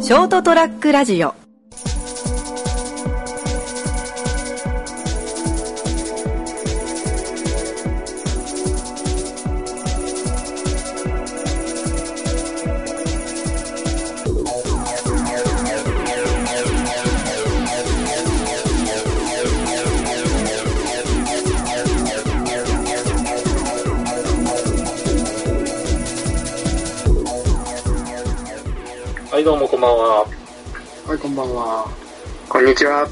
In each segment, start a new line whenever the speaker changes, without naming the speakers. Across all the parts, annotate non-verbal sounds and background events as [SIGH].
ショートトラックラジオ
はい、どうもこんばん [LAUGHS] は。
はい、こんばんは。
こんにちは。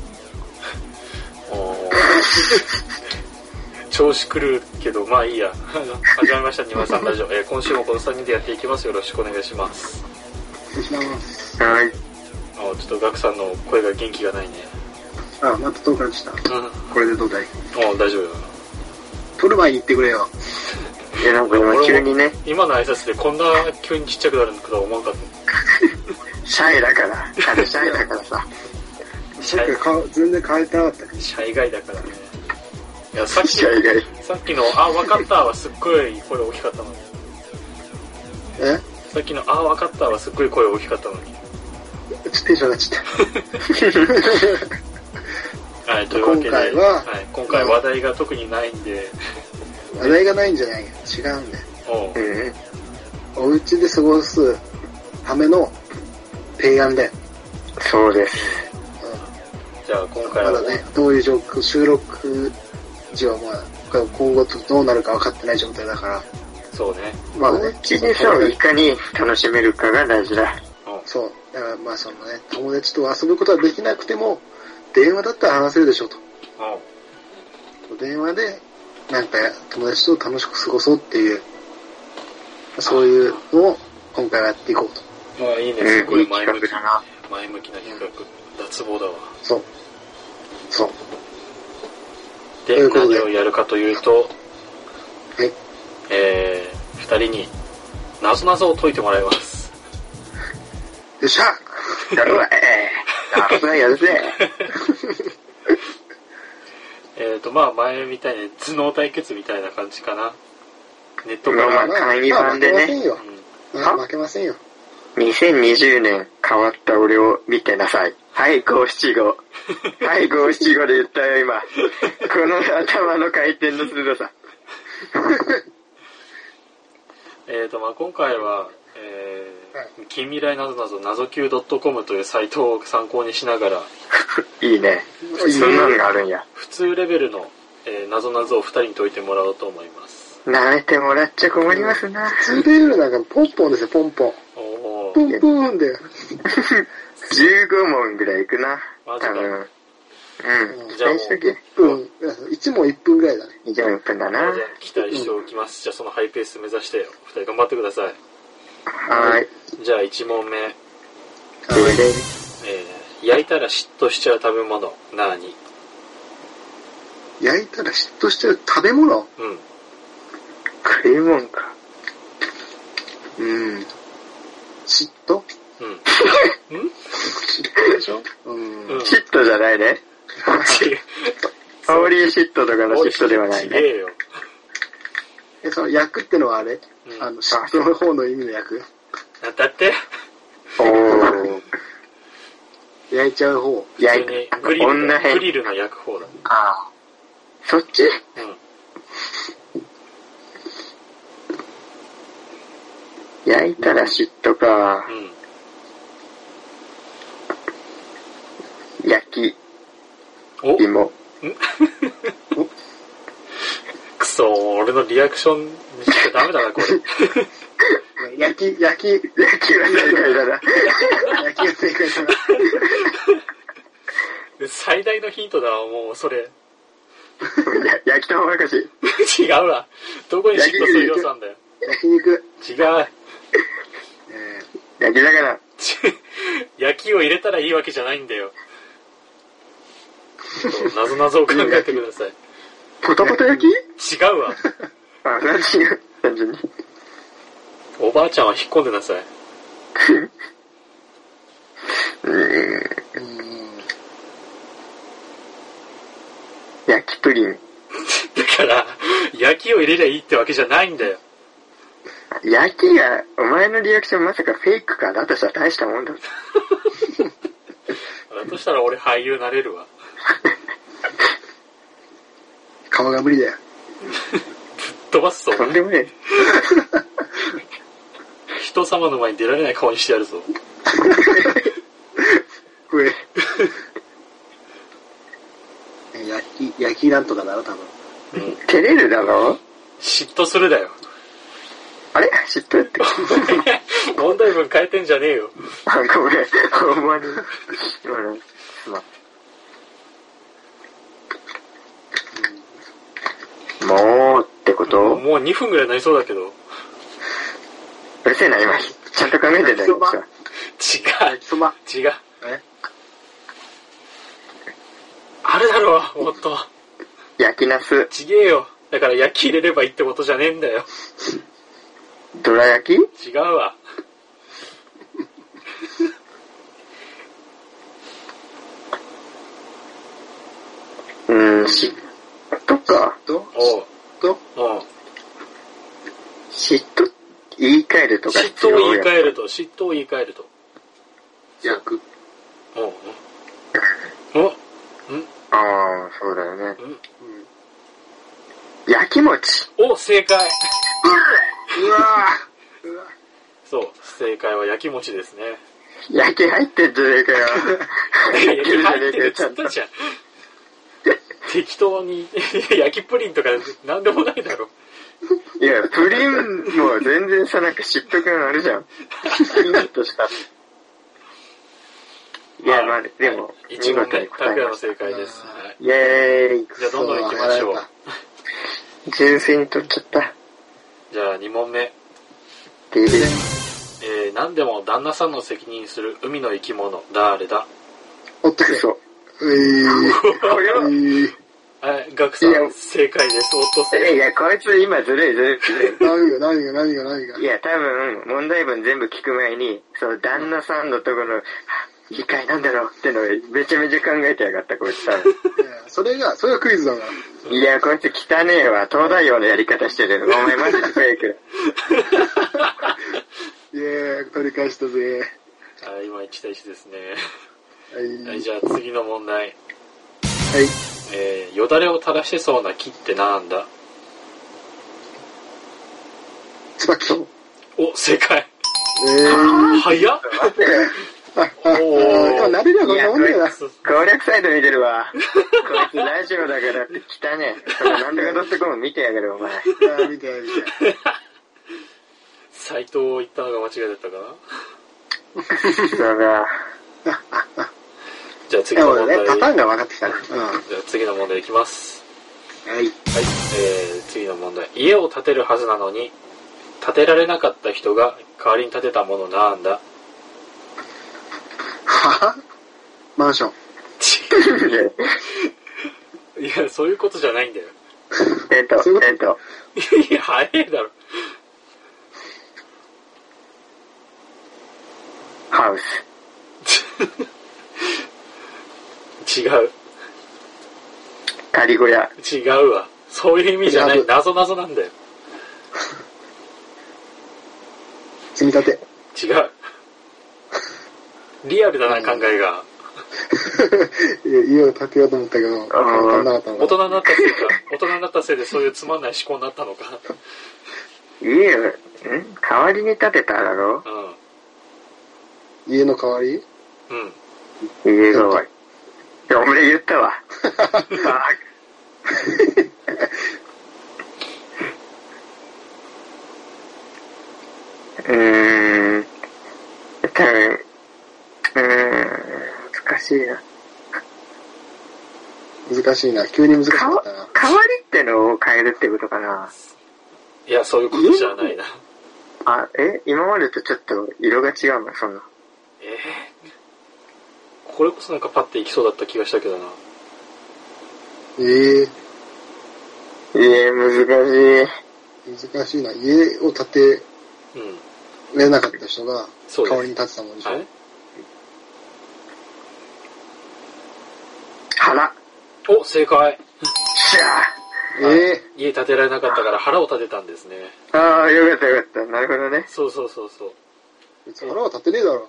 おー調子狂うけど、まあいいや。あの始まりました、庭さんラジオ。えー今週もこの3人でやっていきます。よろしくお願いします。
失礼します。
はい。
あーちょっとガクさんの声が元気がないね。
あ、また遠くなってきた。
うん。
これでどうだい
もう大丈夫よ。
撮る前に言ってくれよ。
え、なんか
俺も
今急にね、
今の挨拶でこんな急にちっちゃくなるのかとは思わなかっ
シャイだから、あのシャイだから [LAUGHS] さ。
さっきか全然変えてなかったけ
た。シャイガイだからね。いや、さっき
シャイがいい。
さっきの、あ、わかったはすっごい声大きかったのに。
ど。え
さっきの、あ、わかったはすっごい声大きかったのに。
ちょっとテンション上がっちゃっ
はい、というわけで、
今回は
はい、今回話題が特にないんで、
[LAUGHS]
た。話題がないんじゃないよ。違うんだよ。
おう
うん。
お家で過ごすための提案だよ。
そうです。
じゃあ今
ま
回は
だね、どういう状況、収録時はまあ、今後どうなるか分かってない状態だから、
そうね。
まあ
お
ね
う、ちでさ、いかに楽しめるかが大事だ。
うん
そう、だからまあそのね、友達と遊ぶことはできなくても、電話だったら話せるでしょと。電話で、なんか友達と楽しく過ごそうっていう、そういうのを今回はやっていこうと。
まあいいね、
うん
すご
い
い
い
前向
企画
き
だな。
前向きな企画、脱帽だわ。
そう。そう。とい
で、
うことで
何をやるかというと、
はい。
えー、二人に、なぞなぞを解いてもらいます。
よっしゃ
だろう、ええ。危ないやるぜ。
えーと、まあ前みたいに頭脳対決みたいな感じかな。ネットか
ま
ら
あ。会議版でね
まあ負けませんよ。
う
まあ
は
負けませんよ。
2020年変わった俺を見てなさい。はい、五七五。はい、五七五で言ったよ、今。この頭の回転の鋭さ。
んえーと、まあ今回は、え
は
ー、近未来なぞなぞ、なぞ Q.com というサイトを参考にしながら、
いいね。そ
いいね
んなのがあるんや。
普通レベルの、えー、なぞなぞを二人に解いてもらおうと思います。
舐めてもらっちゃ困りますな。
2レールなんかポンポンですよ、ポンポン。
おおー。
ポンポンだよ。
15問ぐらいいくな。
マ
多
ジか
分。うん。
じゃあ
最初け
1分、1問1分ぐらいだね。
じゃあ1分だな。
じゃあ期待しておきます。じゃあそのハイペース目指してお二人頑張ってください。
はーい。
じゃあ1問目、え
どれで
ー焼いたら嫉妬しちゃう食べ物、なーに。
焼いたら嫉妬してる食べ物
うん。
食いもんか。
うん。嫉妬
うん。ん
でしょうん。
うん。
嫉妬じゃないね。煽り嫉妬とかの嫉妬ではない
違
ね。
えよ。
え、その焼くってのはあれ、
うん
あの、嫉妬の方の意味の焼く
なんだって
おー。
焼いちゃう方。
焼
普
い
通に
た。
グリル
女
の、グ
編。
リルの焼く方だ。
ああ。そっち
うん。
焼いたら嫉妬か。
うん。
焼き
お
芋。
くそ俺のリアクションにしちゃダメだな、これ。
焼き、焼き、焼
焼きは正解だな。
きが正解だな。
最大のヒントだわ、もう、それ。
や焼き卵まかし。
違うわ。どこに嫉妬する予算だよ。
焼肉。
違う。
え
焼き魚。
[LAUGHS] 焼きを入れたらいいわけじゃないんだよ。なぞなぞを考えてください。
ポタポタ焼き
違うわ。
あ、何違う。単純に。
おばあちゃんは引っ込んでなさい。
ー、うん。
焼きプリン。
だから、焼きを入れりゃいいってわけじゃないんだよ。
ヤッキーが、お前のリアクションまさかフェイクかだとしたら大したもんだ。
だとしたら俺俳優なれるわ。
顔が無理だよ。
飛ばすぞ。
とんでもね
人様の前に出られない顔にしてやるぞ。
上。焼き、焼きなんとかだろ、多分。
うん。
え。照れるだろ
嫉妬するだよ。 [LAUGHS]
あれ嫉妬
[LAUGHS]
やって。
問題文変えてんじゃねえよ。
あ、ごめん。ほんまに。今の、すまん。もうってこと
もう2分ぐらいになりそうだけど。違う。
うるせえな、今。ちゃんと考えてたよ、こっちは
そば。
違う。
え
あるだろう、もっと。
焼きナス、
ちげえよ。だから焼き入れればいいってことじゃねえんだよ。
どら焼き
違うわ。
うん、嫉妬か。
と、
おう。
と、
おう。
嫉妬、言い換えるとか
嫉妬を言い換え
る。
ると、嫉妬を言い換えると。
焼く。
おう。おう
ああ、そうだよね。
うん。
焼き餅。
お、お、正解。
うわぁうわ
そう、正解は焼き餅ですね。
焼き入ってんじゃねえかよ。
焼き入ってるっ
ち
つ
ゃ
っ
ん
た
と。
じゃん。適当に、焼きプリンとかなんでもないだろ。
いや、プリンも全然さ、なんか嫉妬感あ
[LAUGHS]
るじゃん。プリンとした。いや、まあ、でも、見
一問
事
目、
に
拓
答え
也
ま
の
し
正解です。はい
た。イェーイ。
じゃあ、どんどん行きま
[LAUGHS]
しょう。
純粋に取っちゃった。
じゃあ、2問目。
デビ
えー、何でも旦那さんの責任する海の生き物、誰だ
おっとく
ク
れ。
ソ。
え
これは、
ー。
はい、ガクさ
いや
ん、正解です。オットセイ。
いや、こいつ今ずるいずるいずる
何が何が何が何が
[LAUGHS]
い。いや、多分、問題文全部聞く前に、その旦那さんのところの、はぁ理解なんだろうってのをめちゃめちゃ考えてやがった、こいつ多
[LAUGHS]
分。
いやそれが、それがクイズだから。
いや、こいつ汚ねえわ。東大王のやり方してる。お前マジでフェイク
イェーイ、取り返したぜ。
はい、今1対1ですね。
はい。
はい、じゃあ次の問題。
はい。
えー、よだれを垂らしてそうな木ってなんだ
椿。
お、正解。
えー。
早
[LAUGHS]
っ
あ、あ、でも慣れりゃこんなもんだよな。
攻略サイト見てるわ。こいつラジオだからって汚ねえ。そのなんとかドットコム見てやがる、お前。
あみたいな。
斎藤を言ったのが間違いだったかな
そうだ。
じゃあ次
で
の問
も
題。
ね、パターン
じ
が分かってきたね。うん。は
ゃあ次の問題いきます。
い。
はい、えー、次の問題。家を建てるはずなのに、建てられなかった人が代わりに建てたものなんだ
はぁ [LAUGHS] マンション。
いや、そういうことじゃないんだよ。
えっと、えっと、
いや、早いだろ。
ハウス。
違う。
仮小屋。
違うわ。そういう意味じゃない。
違う
謎謎なんだよ。
積み立て。 [LAUGHS]
違う。リアルだな、考えが。
いや家を建てようと思ったけど、簡単なかっ
大
たの。
人になったせいか、大人になったせいでそういうつまんない思考になったのか。
家を、ん代わりに建てただろ
う
家の代わり
ん。うん。
家代わり。いや、俺言った [LAUGHS] わ。あうーん。多分、うーん、難しいな。
難しいな。急に難し
か
か
わ
ったな。
代わりってのを変えるってことかな。
いや、そういうことじゃないな。
あ、え今までとちょっと色が違うのそんな。
えーこれこそなんかパッていきそうだった気がしたけどな。
ええ
いえ、難しい。
難しいな。家を建て
うん。
れなかった人が、
そうです
代わりに建てたもんでしょ。
はい。
腹。
お、正解。
しゃ
ええ
家建てられなかったから腹を立てたんですね。
ああ、よかったよかった。なるほどね。
そうそうそうそう。
別に腹は立てねえだろ。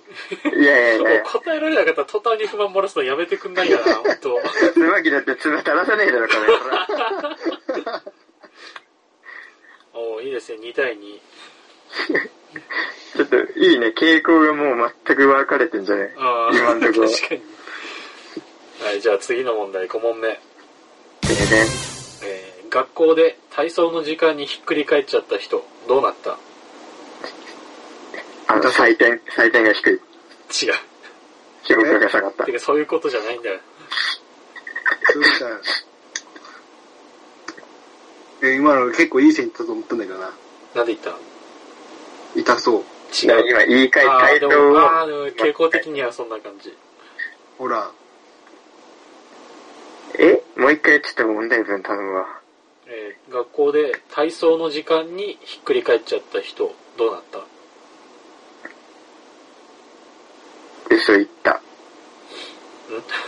いやい
も
やいうや。
答えられなかったら途端に不満漏らすのやめてくんない [LAUGHS] かな、本当。
[LAUGHS] 椿だって爪垂らさねえだろ、これ。ほら
おーいいですね、2対2。
ちょっと、いいね。傾向がもう全く分かれてんじゃね
ああ、
今んとこ
確かに。はい、じゃあ次の問題、5問目。
え。でね。
えー学校で体操の時間にひっくり返っちゃった人、どうなった
あの、採点、採点が低い。
違う。
記録が下がった
て。か、そういうことじゃないんだよ。
そうしたらえ、今の結構いい線いったと思ったんだけどな。
なんで言った
痛そう。
違う。
だか [LAUGHS] ら今、言い換え、
あーで
対等
も
を。
あーでも傾向的にはそんな感じ。
ほら、
えもう一回ちょっと問題文頼むわ。
えー学校で体操の時間にひっくり返っちゃった人、どうなった
嘘言った。 [LAUGHS]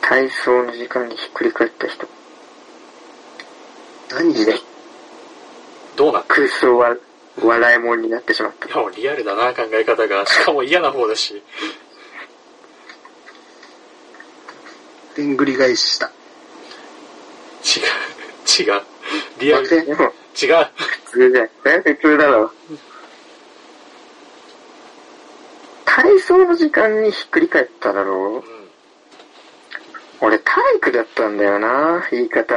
体操の時間にひっくり返った人。
何して
どうなった
空想は笑いもんになってしまった
い。や、もうリアルだな、考え方が。しかも嫌な方だし。
でんぐり返しした。
違う。違う。リア
逆
ル。違う。
転
でも、
違
普通じゃん。え普通だろ。体操の時間にひっくり返っただろ俺体育だったんだよな、言い方。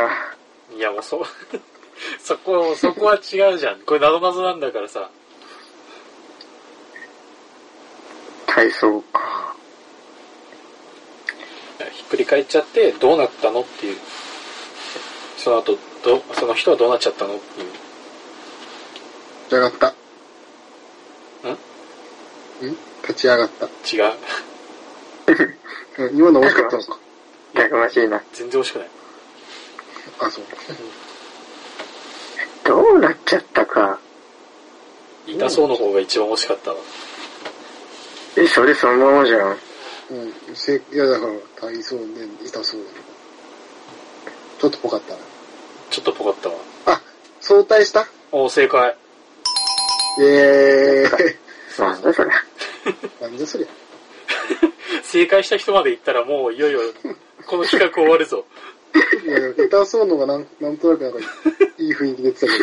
う。いや、もう [LAUGHS] そ、そこ、そこは違うじゃん。これ謎謎なんだからさ。
体操か。
ひっくり返っちゃって、どうなったのっていう。その後、ど、その人はどうなっちゃったのっていう。
上がった。
ん
ん立ち上がった。
違う。
うん今の惜しかったのか。
たくましいな。
全然惜しくない。
あ、そう。
どうなっちゃったか。
痛そうの方が一番惜しかったわ。
え、それそのままじゃん。
うん。せいや、だから、体操で痛そうだけど。ちょっとぽかったな。
ちょっとぽかったわ。
あ、早退した
おー、正解。
イエー
なんだそれ。
イ。なんじゃそりゃ。
正解した人まで行ったらもういよいよ、この企画終わるぞ。
いや痛そうのがなんなんとなくなんかいい雰囲気出てたけど。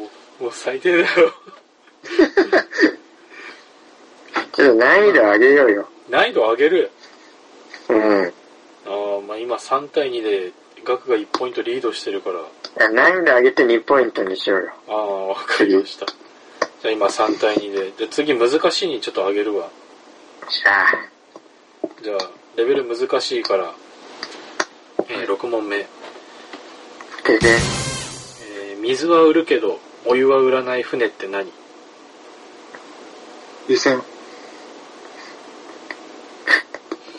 もう、もう最低だよ。
ちょっと難易度上げようよ。
難易度上げる。
うん。
あーまあ今3対2で、額が1ポイントリードしてるから、
あ難易度上げて2ポイントにしようよ。
ああ、わかりました。じゃあ今3対2で、で次難しいにちょっと上げるわ。
じゃあ、
じゃあ、レベル難しいから、えー6問目。え
でで、
ー水は売るけど、お湯は売らない船って何
湯煎。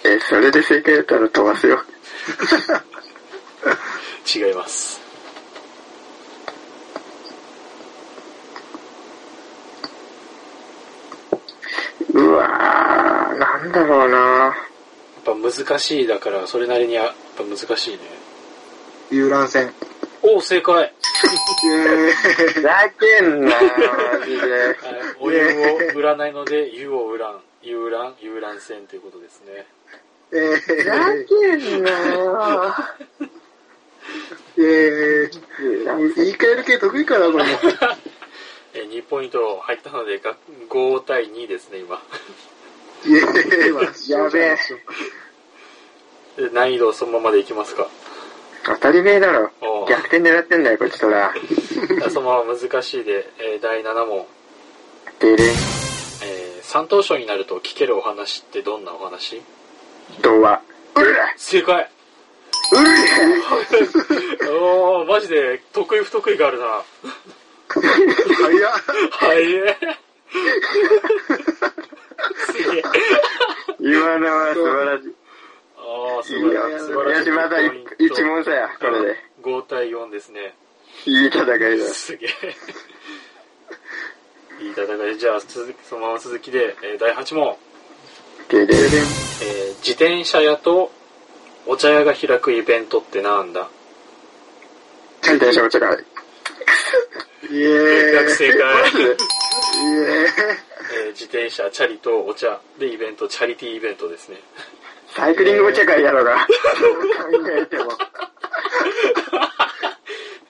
え、それで正解だったら飛ばすよ。
違います。
うわー、なんだろうな
やっぱ難しいだから、それなりにあやっぱ難しいね。
遊覧船。
おお、正解
イエ
ふざけんなマジで。
はいお湯を売らないので、湯を売らん、遊覧、遊覧船ということですね。
ーイ。
ふざ
え
けんなよ
ーイ。えーもう言い換える系得意かな、これもう。
えー2ポイント入ったので、が5対2ですね、今。
イエーイは。
やべえ
で難易度そのままでいきます
[LAUGHS]
か。
当たり前だろ
お。う
逆転狙ってんだよ、こっちとら。
じゃあそのまま難しいで、えー第7問。
でで、
えー三等賞になると聞けるお話ってどんなお話
童話。うら
正解
うら
[LAUGHS] おー、マジで得意不得意があるな。
早っ。
はいえ。すげえ。
今のは素晴らしい。
あー、素
いい
晴
よ
らしい。。素晴
よ
らし
し、
い。
まだ
ポイント
一問差や、これで。
5対4ですね。
いい戦いだ。
すげえ。いい戦いでじゃあ続きそのまま続きで、えー第8問、
でででん
えー自転車屋とお茶屋が開くイベントってなんだ
自転車お茶会。
イエー
学
イ。
生会、
イエ
えー自転車チャリとお茶でイベントチャリティーイベントですね
サイクリングお茶会やろうが。どう考えても。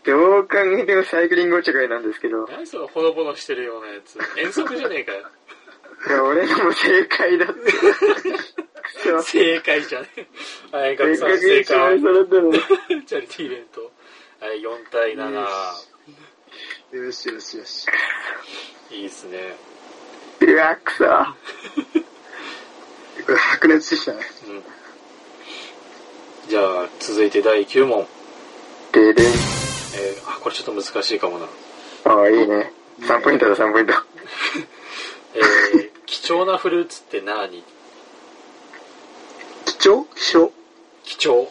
どう考えてもサイクリングお茶会なんですけど、
何そのほのぼのしてるようなやつ遠足じゃねえかよ
いや俺のも正解だって。くそ
[LAUGHS] 正解じゃねえはい
せ
学
っ
さ
か
ん
く
正
一枚
解
揃ったのに。
チャリティーイベントはい4対7
ーイ。よしよしよし。
いいですね
うわ、くそ。
これ白熱してきたね。
うんじゃあ続いて第9問、
ででん。
えーあこれちょっと難しいかもな、
ああ、いいね。3ポイントだ、3ポイント。
えー貴重なフルーツって何
貴重貴重
貴重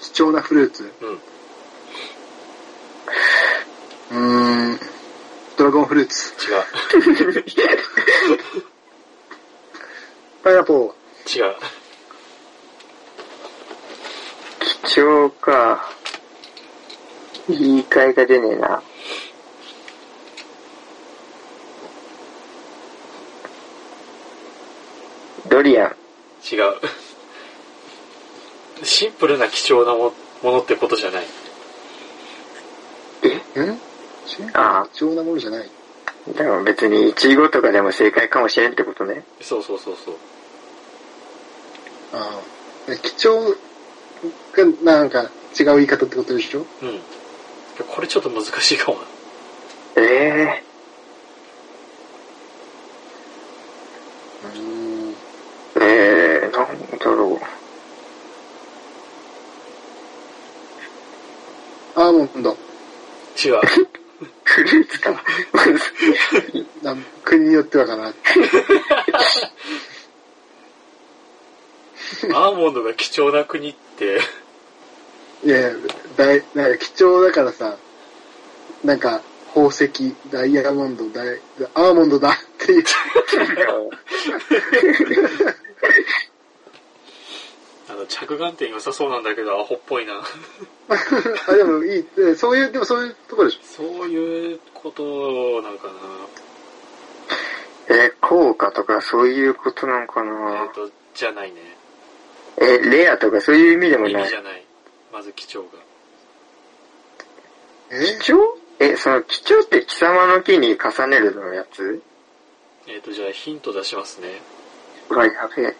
貴重なフルーツ。
うん
うーん。ドラゴンフルーツ。
違
パイナポ
う違う
貴重か。言い換えが出ねえな。ドリアン。
違うシンプルな貴重なもものってことじゃない
ー。ん
あ
貴重なものじゃない。
あ、でも別にイチゴとかでも正解かもしれんってことね。
そうそうそうそう
ああ。貴重がなんか違う言い方ってことでしょ
うんこれちょっと難しいかもな
ええ
うーん。
ええなんだろ
アーモンド。
違う [LAUGHS]
う。フルーツか。
なん国によってはかな。
アーモンドが貴重な国って
いやいや、だいなんか貴重だからさ、なんか宝石、ダイヤモンド、ダイアーモンドだって [LAUGHS] いう。
あの着眼点良さそうなんだけどアホっぽいな
あ、でもいい。でそういう、でもそういうところでし
そういうことなんかな
えー、効果とかそういうことなんか
えっ
な。
とじゃないね
えーレアとかそういう意味でも
意
な
味
い
じ。ゃないまず貴重が
ょ。え
貴重え、その貴重って貴様の木に重ねるのやつ
えっ、とじゃあヒント出しますね、
うわ、やべえ。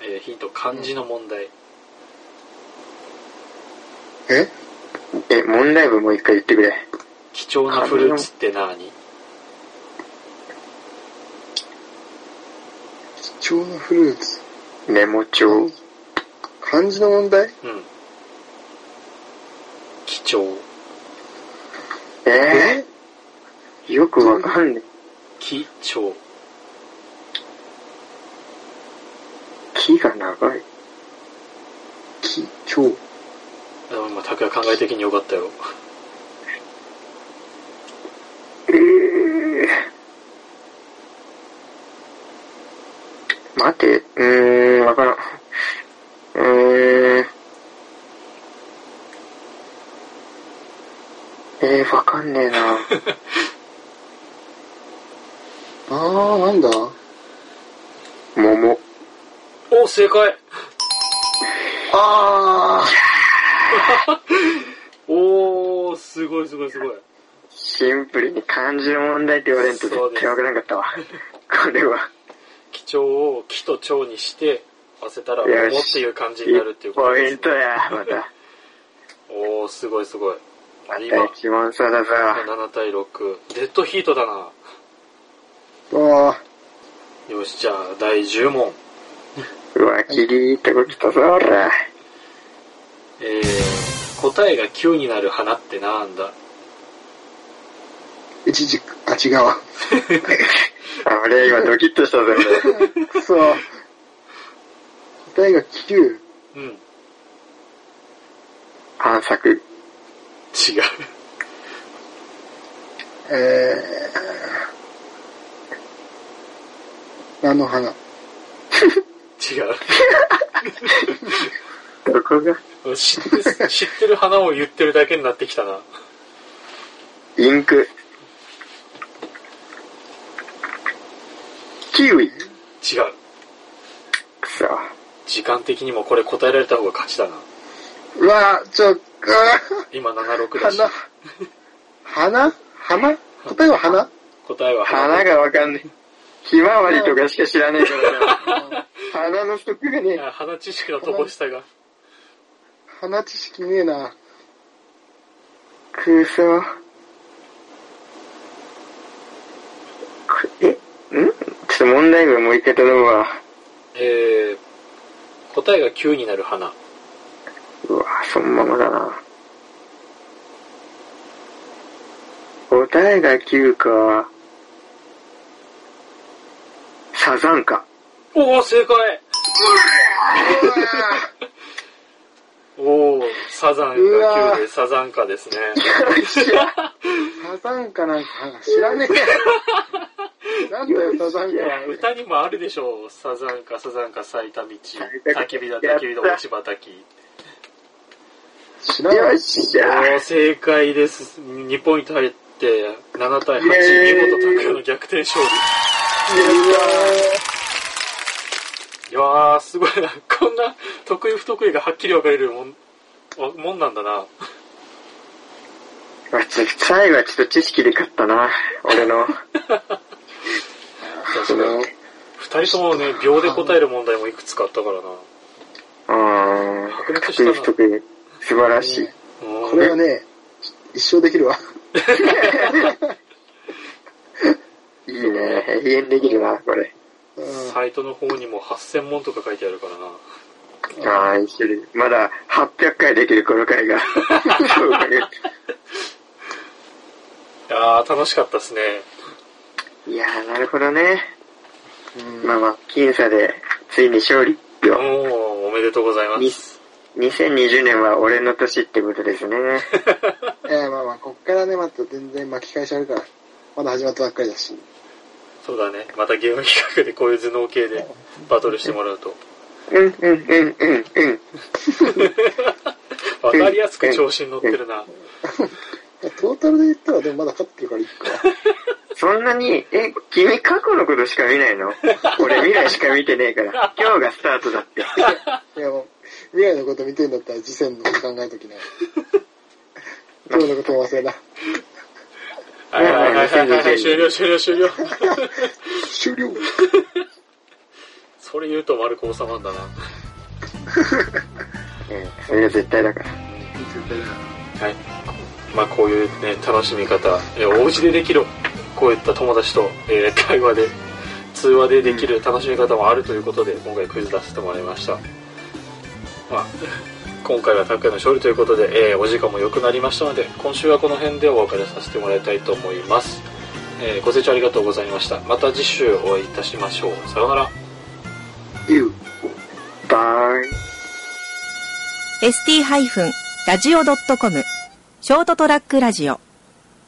えーヒント漢字の問題、
え
え、問題文もう一回言ってくれ。
貴重なフルーツって何
貴重なフルーツ。
メモ帳。
漢字の問題
うん貴重
えー、よくわかんね
貴重
木が長い。
貴重。
でも今拓也考え的によかったよ
えー、待て、うーん、わからん。うーん。えー、わかんねえ [LAUGHS] な。
あー、なんだ
桃。
お正解
あ
おーすごいすごいすごい
シンプルに漢字の問題って言われんと絶対わからなかったわ。これは、
貴重を貴と蝶にして合わせたら桃っていう感じになるっていうこと
ポ
で
イ
す
ントや、また。
おーすごいすごい
また
今
一問差だぞ。
7対6デッドヒートだな
ー。わ
よしじゃあ第10問
うわ、キリーってことだぞ、俺。
えー、答えが9になる花ってなんだ
ー。いちじく、あ、違うわ。
あ、俺今ドキッとしたぞ、俺。
くそ。答えが9。
うん違 [LAUGHS] う
反
[LAUGHS]
作。
え菜の花。
違
どこが
う。 [LAUGHS] 知って、知ってる花を言ってるだけになってきたな。
インク。キウイ。
違う。
くそ。
時間的にもこれ答えられた方が勝ちだな。
うわぁ、ちょ、あ
今76
ー
だし。
花。花花答えは花
答えは
花がわかんねえ。ひまわりとかしか知らねえからな。花の曲がね
いや花知識の乏しさが。
花知識ねえな。
くそ。こえ、んちょっと問題文もう一回頼むわ。
えー、答えが9になる花。
うわそのままだな。答えが9か。サザンカ。
おお、正解おお、サザン
う
が
わ
9でサザンカですね。
サザンかなんか知らねえ。なんだよ、サザン
い
か
や。
歌にもあるでしょう。サザンカ、サザンカ、咲いた道。
た
焚き火だ、焚き火だ、落ち葉焚き。
知ら
よ
な
っ
い。
し
お
ゃ
ー正解です。2ポイント入って、7対8、見
イエーイ
事拓也の逆転勝利。いやー、すごいな。こんな得意不得意がはっきり分かれるもん、あもんなんだな。
まあちょっと最後はちょっと知識で勝ったな。俺の。その、う
二人ともね、秒で答える問題もいくつかあったからな。
ーん。
白熱した
得
な
意不得意。素晴らしい。
うん
これはね、一生できるわ。
いいね。永遠できるな、これ。
うん
サイトの方にも8000問とか書いてあるからな。
ああ、一緒に。まだ800回できる、この [LAUGHS] 回が。そうかね
いやー、楽しかったですね。
いやー、なるほどね。
うん
まあまあ、僅差で、ついに勝利
お
よ。
ー、おめでとうございます。
2020年は俺の年ってことです [LAUGHS] ね。
いや、まあまあ、こっからね、また全然巻き返しあるから。まだ始まったばっかりだし。
そうだね。またゲーム企画でこういう頭脳系でバトルしてもらうと。
うん、うん、うん、うん、うん。
わかりやすく調子に乗ってるな。
トータルで言ったら、でもまだ勝ってるからいいか。
そんなに、え、君過去のことしか見ないの俺未来しか見てねえから。今日がスタートだって。
いや、もう、未来のこと見てんだったら、次戦のこと考えときな。今日のことも忘れな。
はいはいはいはいはい、
うん
終了終了終了。
終了
[LAUGHS] それ言うと丸子収まんだな。
うん、それが絶対だから。
はい。まあこういうね、楽しみ方、えお家でできる、こういった友達と、えー会話で、通話でできる楽しみ方もあるということで、今回クイズ出させてもらいました。まあ、今回は拓也の勝利ということで、えーお時間も良くなりましたので、今週はこの辺でお別れさせてもらいたいと思います。えーご清聴ありがとうございました。また次週お会いいたしましょう。さようなら。
You.
バーイ。
ST-radio.com ショートトラックラジオ